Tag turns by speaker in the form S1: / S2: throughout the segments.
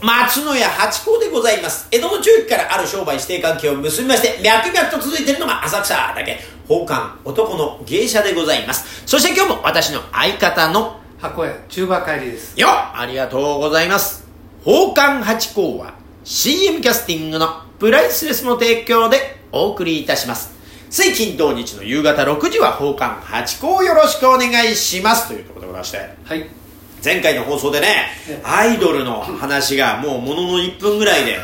S1: 松野屋八甲でございます。江戸の中期からある商売指定関係を結びまして、脈々と続いているのが浅草だけ、宝冠男の芸者でございます。そして今日も私の相方の
S2: 箱屋中馬帰りです。
S1: よありがとうございます。宝冠八甲は CM キャスティングのプライスレスの提供でお送りいたします。水金土日の夕方6時は宝冠八甲をよろしくお願いします。というところでございまして。
S2: はい。
S1: 前回の放送でね、アイドルの話がもうものの1分ぐらいで、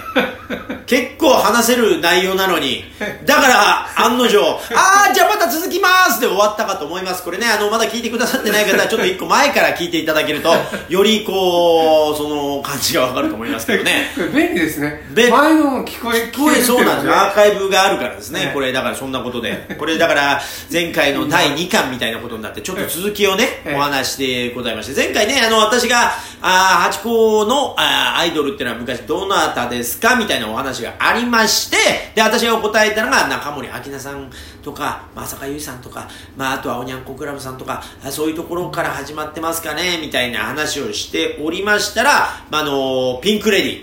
S1: 結構話せる内容なのに、だから案の定、あー、じゃあまた続きますで終わったかと思います。これね、あの、まだ聞いてくださってない方は、ちょっと1個前から聞いていただけると、よりこう、その感じがわかると思いますけどね。
S2: 便利ですね。前のも聞こえ、
S1: 聞こえ、そうなんですよ。アーカイブがあるからですね、これ、だからそんなことで。これだから、前回の第2巻みたいなことになって、ちょっと続きをね、お話してございまして、前回ね、あの、私が、あ八甲のあアイドルっていうのは昔どなたですかみたいなお話がありまして、で、私が答えたのが中森明菜さんとか、まさかゆいさんとか、まあ、あとはおにゃんこクラブさんとか、そういうところから始まってますかねみたいな話をしておりましたら、まあ、あのピンクレディ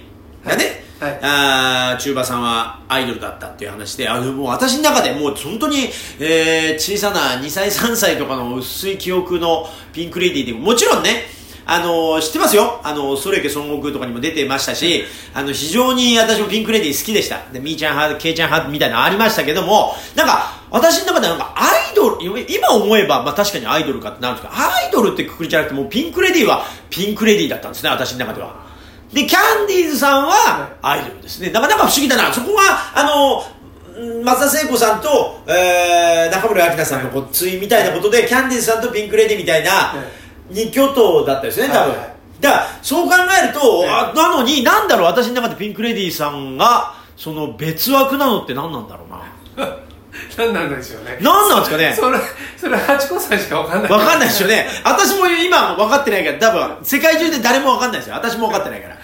S1: がね、はいはい、あ中馬さんはアイドルだったっていう話であのもう私の中でもう本当に、えー、小さな2歳3歳とかの薄い記憶のピンク・レディーでももちろんねあの、知ってますよあの、それけ孫悟空とかにも出てましたし、あの、非常に私もピンクレディー好きでした。で、みーちゃん派、けいちゃん派みたいなのありましたけども、なんか、私の中でなんかアイドル、今思えば、まあ確かにアイドルかってなるんですけど、アイドルってくくりじゃなくて、もうピンクレディーはピンクレディーだったんですね、私の中では。で、キャンディーズさんはアイドルですね。なかなか不思議だな。そこが、あの、松田聖子さんと、えー、中村明菜さんのこう対みたいなことで、キャンディーズさんとピンクレディーみたいな、二巨頭だったですね、多分。はいはい、だから、そう考えると、えー、あなのに、なんだろう、私の中でピンク・レディーさんが、その別枠なのって何なんだろうな。
S2: 何なんでしょうね。
S1: 何なんですかね。
S2: それ、それ、ハチコさんしか分かんない。
S1: 分かんないですよね。私も今分かってないから、多分、世界中で誰も分かんないですよ。私も分かってないから。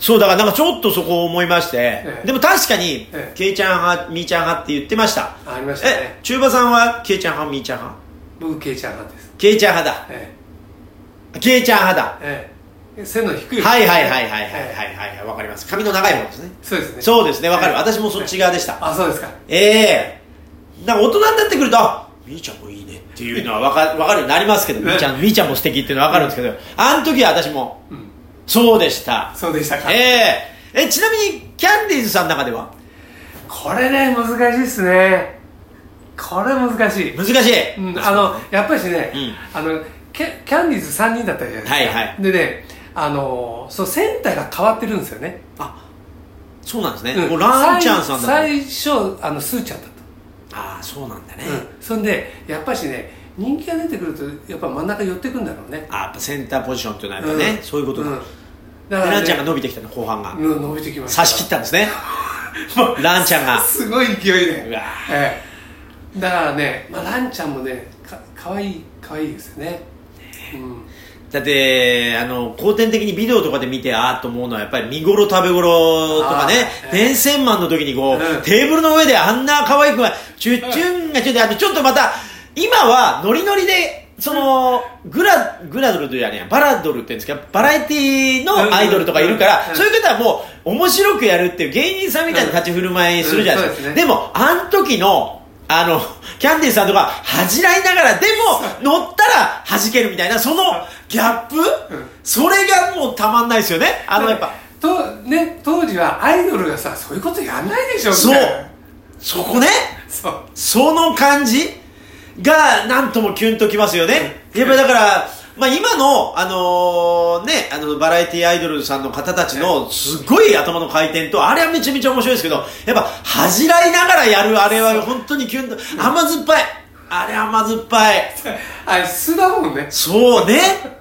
S1: そうだからなんかちょっとそこを思いまして、ええ、でも確かに、ええ、ケイちゃん派、みーちゃん派って言ってました。
S2: ありましたね。
S1: 中馬さんはケイちゃん派、みーちゃん派
S2: 僕、ケイちゃん派です。
S1: ケイちゃん派だ。
S2: ええ
S1: ケイちゃん派
S2: だ。ええ、背の低い、ね。
S1: はいはいはいはいはいはいはい、わ、はい、かります。髪の長い方ですね。
S2: そうですね。
S1: そうですね、わかる、はい、私もそっち側でした。
S2: あ、そうですか。
S1: ええー、なんか大人になってくると、みーちゃんもいいねっていうのは わかわかるようになりますけど、みーちゃん、みーちゃんも素敵っていうのはわかるんですけど、あの時は私も、うん、そうでした。
S2: そうでしたか。
S1: えー、え、ちなみに、キャンディーズさんの中では
S2: これね、難しいですね。これ難しい。
S1: 難しい。
S2: うん、あの、やっぱりね、うん、あの、キャンディーズ3人だったじゃないですか、
S1: はいはい、
S2: でね、あのー、そうセンターが変わってるんですよね
S1: あそうなんですね、うん、ランちゃんさんだ
S2: 最初あのスーちゃんだった
S1: ああそうなんだね、
S2: うん、そんでやっぱしね人気が出てくるとやっぱ真ん中寄ってくんだろうね
S1: あやっぱセンターポジションっていうのはね、うん、そういうことだ、うん、だから、ね、ランちゃんが伸びてきたの後半が、
S2: うん、伸びてきました
S1: 差し切ったんです ねランちゃん が
S2: すごい勢いで、うわええ、だからね、まあ、ランちゃんもねかかわいいかわいいですよねうん、
S1: だってあの後天的にビデオとかで見てああと思うのはやっぱり見頃食べ頃とかね、えー、電線マンの時にこう、うん、テーブルの上であんな可愛くはチュッチュンがちょっとあとちょっとまた今はノリノリでそのグラグラドルというやねバラドルって言うんですかバラエティのアイドルとかいるから、そういう方はもう面白くやるっていう芸人さんみたいな立ち振る舞いするじゃないですか、うんうん、で,すね、でもあの時のあの、キャンディーさんとか恥じらいながら、でも、乗ったら弾けるみたいな、そのギャップ、うん、それがもうたまんないですよね。あの、やっぱ。
S2: と、ね、当時はアイドルがさ、そういうことやんないでしょ、
S1: そう。そこね。
S2: そう。
S1: その感じが、なんともキュンときますよね。うん、やっぱだから、まあ、今の、あのー、ね、あの、バラエティアイドルさんの方たちの、すごい頭の回転と、あれはめちゃめちゃ面白いですけど、やっぱ、恥じらいながらやる、あれは本当にキュンと、甘酸っぱい。あれ甘酸っぱい。
S2: あれ、素だもんね。
S1: そうね。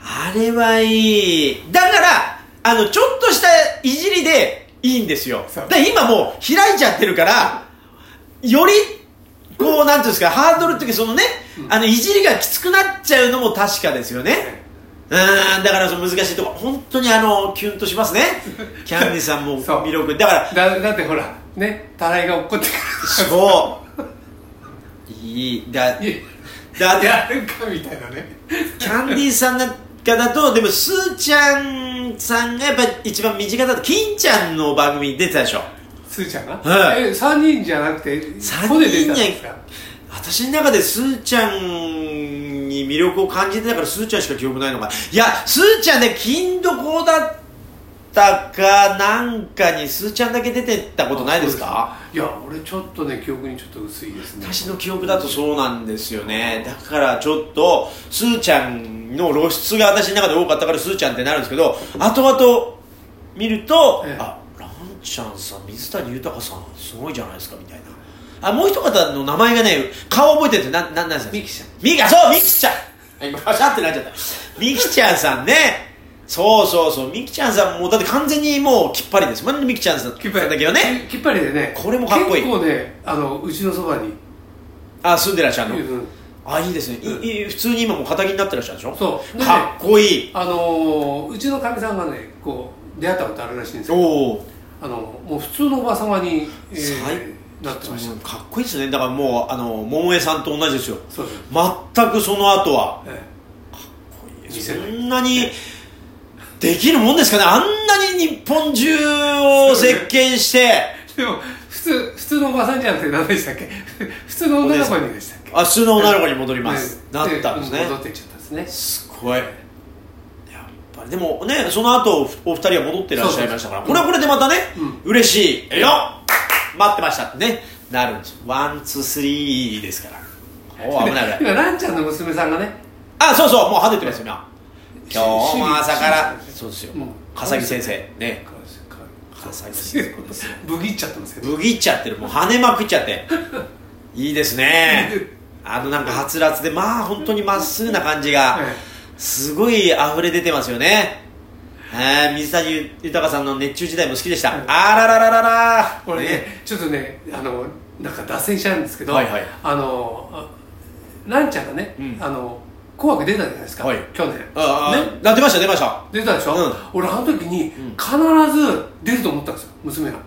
S1: あれはいい。だから、あの、ちょっとしたいじりでいいんですよ。で、今もう開いちゃってるから、より、こう、なんていうんですか、ハードルってそのね、あの、いじりがきつくなっちゃうのも確かですよね。うん、だからその難しいとこ、本当にあの、キュンとします ね。キャンディさんも魅力。だから
S2: だ。だってほら、ね、たらいが落っこってくる。
S1: そう。いい。だ、
S2: だって。やるかみたいなね。
S1: キャンディさんが家だと、でも、すーちゃんさんがやっぱ一番身近だと、金ちゃんの番組に出てたでしょ。
S2: すーちゃんが、
S1: はい
S2: え3人じゃなくて
S1: 三
S2: 個で出
S1: 人
S2: たん
S1: じゃ
S2: ですか
S1: 私の中でスーちゃんに魅力を感じてたからスーちゃんしか記憶ないのかいやスーちゃんね金どこだったかなんかにスーちゃんだけ出てったことないですか
S2: いや俺ちょっとね記憶にちょっと薄いですね
S1: 私の記憶だとそうなんですよねだからちょっとスーちゃんの露出が私の中で多かったからスーちゃんってなるんですけど後々見ると、
S2: ええ
S1: あランちゃんさん水谷豊さんすごいじゃないですかみたいなあもう一方の名前がね顔覚えてるってなななんですか
S2: ミキちゃん
S1: ミキそうミキちゃん今パシャってなっちゃったミキちゃんさんねそうそうそうミキちゃんさんもうだって完全にもうきっぱりですもんねミキちゃんさん
S2: きっぱり
S1: だけはね
S2: ききっぱりでね
S1: これもかっこいい
S2: 結構ねあのうちのそばに、
S1: あ住んでらっしゃるの、
S2: うん
S1: あいいですね、い
S2: うん
S1: いい普通に今もう敵になってらっしゃるでしょ
S2: そうでね
S1: かっこいい
S2: あのーうちのかみさんがねこう出会ったことあるらしいんです
S1: お
S2: よ
S1: お、
S2: あのもう普通のおば様に、えー
S1: 最
S2: なってました
S1: かっこいいですねだからもうあの桃江さんと同じですよ
S2: そうです、
S1: 全くその後は
S2: え見
S1: そ
S2: せない
S1: んなにできるもんですかねあんなに日本中を席巻して
S2: えでも普通普通のおばさんじゃなくて何でしたっけ 普通の女の子にでしたっけ
S1: あ普通の女の子に戻ります、
S2: ね
S1: なったんですね
S2: 戻っていっちゃったんですね
S1: すごいやっぱりでもねその後お二人は戻ってらっしゃいましたから
S2: そうそう
S1: これはこれでまたね、
S2: う
S1: 嬉しいえよ待ってましたってねなるんですワンツースリーですからお危ない危ない
S2: 今ランちゃんの娘さんがね
S1: あそうそうもう跳ねてますよ今今日も朝から
S2: し
S1: そうですよ
S2: うん
S1: 笠木先生ね
S2: かか
S1: 笠木先生ですよ
S2: ブギっちゃってますけど
S1: ブギっちゃってるもう跳ねまくっちゃって いいですねあのなんかはつらつでまあ本当にまっすぐな感じが
S2: え
S1: すごい溢れ出てますよねえー水谷豊さんの熱中時代も好きでした、
S2: うん
S1: あららららら
S2: これねちょっとねあのなんか脱線しちゃうんですけど、
S1: はいはい
S2: あのあランちゃんがね、
S1: うん
S2: あの紅白出たじゃないですか、
S1: はい
S2: 去年
S1: ああ、
S2: ね
S1: ね、出ました出ました
S2: 出たでしょ、
S1: うん
S2: 俺あの時に
S1: ん
S2: 必ず出ると思ったんですよ娘が
S1: あ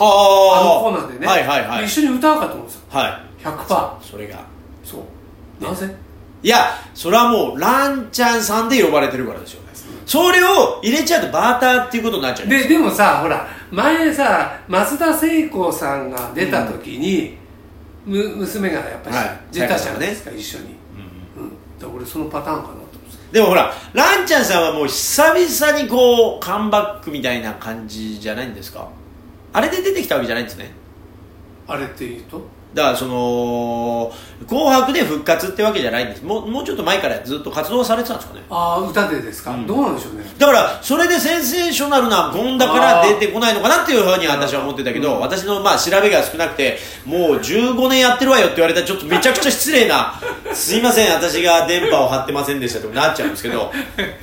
S2: あの
S1: あ
S2: コーナーでね、
S1: はいはいはい
S2: 一緒に歌うかと思うんですよ
S1: は
S2: 100%
S1: いそれが
S2: そうなぜ、
S1: いやそれはもうランちゃんさんで呼ばれてるからですよねそれを入れちゃうとバーターっていうことになっちゃう
S2: ででもさほら前さ松田聖子さんが出た時に、む娘がやっぱり
S1: はい
S2: 出たじゃないですか、一緒に、うんだから俺そのパターンかなと思って
S1: でもほらランちゃんさんはもう久々にこうカムバックみたいな感じじゃないんですかあれで出てきたわけじゃないんですね
S2: あれって言うと
S1: だからその「紅白」で復活ってわけじゃないんですもうもうちょっと前からずっと活動されてたんですかね
S2: ああ歌でですか、
S1: うん
S2: どうなんでしょうね
S1: だからそれでセンセーショナルなゴンだから出てこないのかなっていうふうに私は思ってたけど、
S2: うん
S1: 私のまあ調べが少なくてもう15年やってるわよって言われたらちょっとめちゃくちゃ失礼 なすいません私が電波を張ってませんでしたとなっちゃうんですけど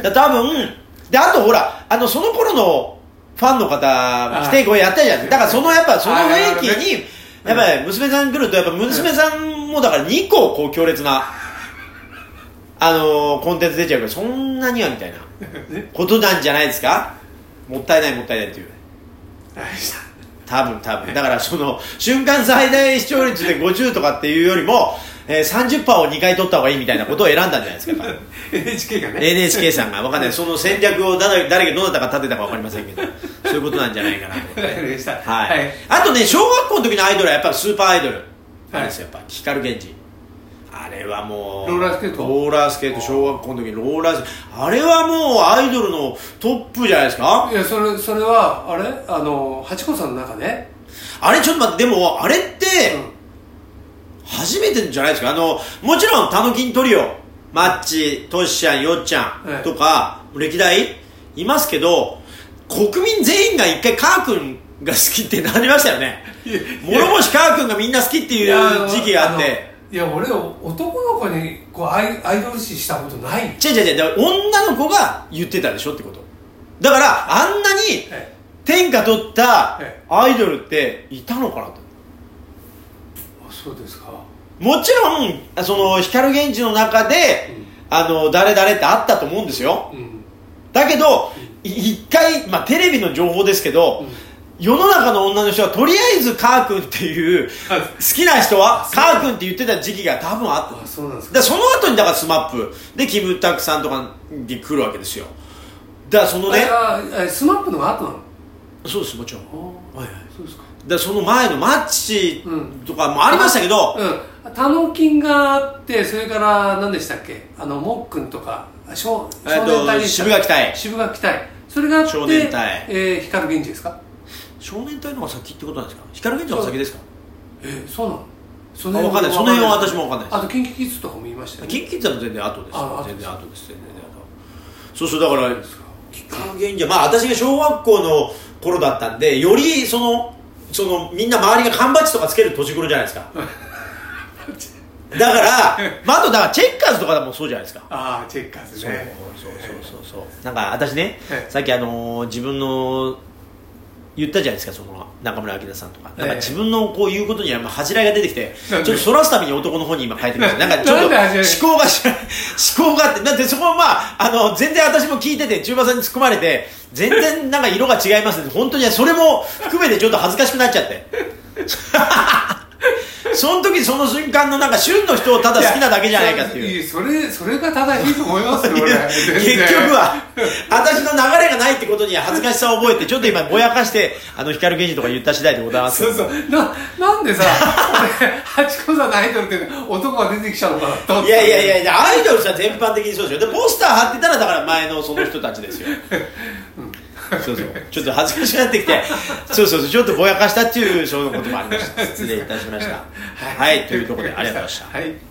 S1: だ多分であとほらあのその頃のファンの方が来
S2: は
S1: て
S2: い
S1: これやったじゃんだからそのやっぱその雰囲気
S2: あなるほど
S1: にやっぱり娘さん来るとやっぱ娘さんもだから2個こう強烈な。あのーコンテンツ出ちゃうからそんなにはみたいなことなんじゃないですかもったいないもったいないっていう
S2: はいした
S1: 多分多分だからその瞬間最大視聴率で50とかっていうよりも、えー、30%を2回取った方がいいみたいなことを選んだんじゃないですか やっぱり
S2: NHK がね
S1: NHK さんがわかんないその戦略を誰誰がどなたが立てたかわかりませんけどそういうことなんじゃないかなと思って
S2: わかりました
S1: はい、あとね小学校の時のアイドルはやっぱりスーパーアイドルなんですよ、やっぱ光源氏あれはもう
S2: ローラースケート
S1: ローラースケート小学校の時にローラースケートあれはもうアイドルのトップじゃないですか
S2: いやそれそれはあれあのハチ子さんの中で、
S1: あれちょっと待ってでもあれって
S2: う
S1: 初めてじゃないですかあのもちろんたのきんトリオマッチトシちゃんよっちゃ
S2: え
S1: ん
S2: え
S1: とか、歴代いますけど国民全員が一回カー君が好きってなりましたよね
S2: いや
S1: 諸星カー君がみんな好きって
S2: ん、
S1: いう時期があって
S2: いや俺男の子にこうアイアイドル視したことない
S1: 違う違う違うだから女の子が言ってたでしょってことだからあんなに
S2: え
S1: 天下取った
S2: ええ
S1: アイドルっていたのかなと
S2: あそうですか
S1: もちろんその光源氏の中で、あの誰々ってあったと思うんですよ
S2: うん
S1: だけどい一回、まあ、テレビの情報ですけど、世の中の女の人はとりあえずカー君っていう好
S2: あ
S1: きな人はカー君って言ってた時期が多分あった
S2: あそうなんです
S1: だか
S2: から
S1: その後にだからスマップでキムタクさんとかに来るわけですよだからその
S2: あれ
S1: ね
S2: はえスマップの後なの
S1: そうですもちろんだか
S2: あ
S1: はいはい
S2: そうですから
S1: その前のマッチ
S2: うん
S1: とかもありましたけど、
S2: うんタノキンがあってそれから何でしたっけあのモックンとかあ少
S1: えっ
S2: 少年隊
S1: と
S2: でした
S1: 渋垣隊
S2: 渋垣隊それがあって
S1: 少年隊
S2: えー光源氏ですか
S1: 少年隊の方が先ってことなんですか光源氏の方が先ですか
S2: えーそうなのそ
S1: あわかんないその辺は私もわかんないです
S2: あとキンキキッズとかも言いましたよね
S1: キンキッズは全然後です
S2: あ後
S1: 全然後です全然後そうそうだから
S2: そうですか
S1: 光源氏はまあ私が小学校の頃だったんでよりそのそのみんな周りが缶バッジとかつける年頃じゃないです かだから、まあ、あとだからチェッカーズとかもそうじゃないですか
S2: ああチェッカーズ
S1: そう
S2: ね
S1: そうそうそうそうなんか私ね
S2: ええ
S1: さっきあのー自分の言ったじゃないですかその中村明さんとかなん
S2: え
S1: か
S2: え
S1: 自分のこう言うことにはまあ恥じらいが出てきてち
S2: な
S1: ょ
S2: ん
S1: っ
S2: で
S1: とそらすために男の方に今変えてみましたなんかちょっと
S2: なんで恥じ
S1: 思考がし思考があってだってそこはまああの全然私も聞いてて中馬さんに突っ込まれて全然なんか色が違いますね 本当にそれも含めてちょっと恥ずかしくなっちゃって その時その瞬間のなんか旬の人をただ好きなだけじゃないかっていう
S2: やそれそれが正しいと思いますよ
S1: い
S2: 俺
S1: や結局は私の流れがないってことに恥ずかしさを覚えてちょっと今ぼやかしてあの光源氏とか言った次第でございます
S2: そうそうななんでさ 俺ハチ公さんのアイドルって男が出てきちゃうのかなと思っ
S1: い
S2: て
S1: やいやいやいやアイドルさ全般的にそうですよでポスター貼ってたらだから前のその人たちですよそうそうちょっと恥ずかしくなってきてそうそうそうちょっ とぼやかしたっていうそういうこともありました失礼いたしましたはい、というところでありがとうございました
S2: はい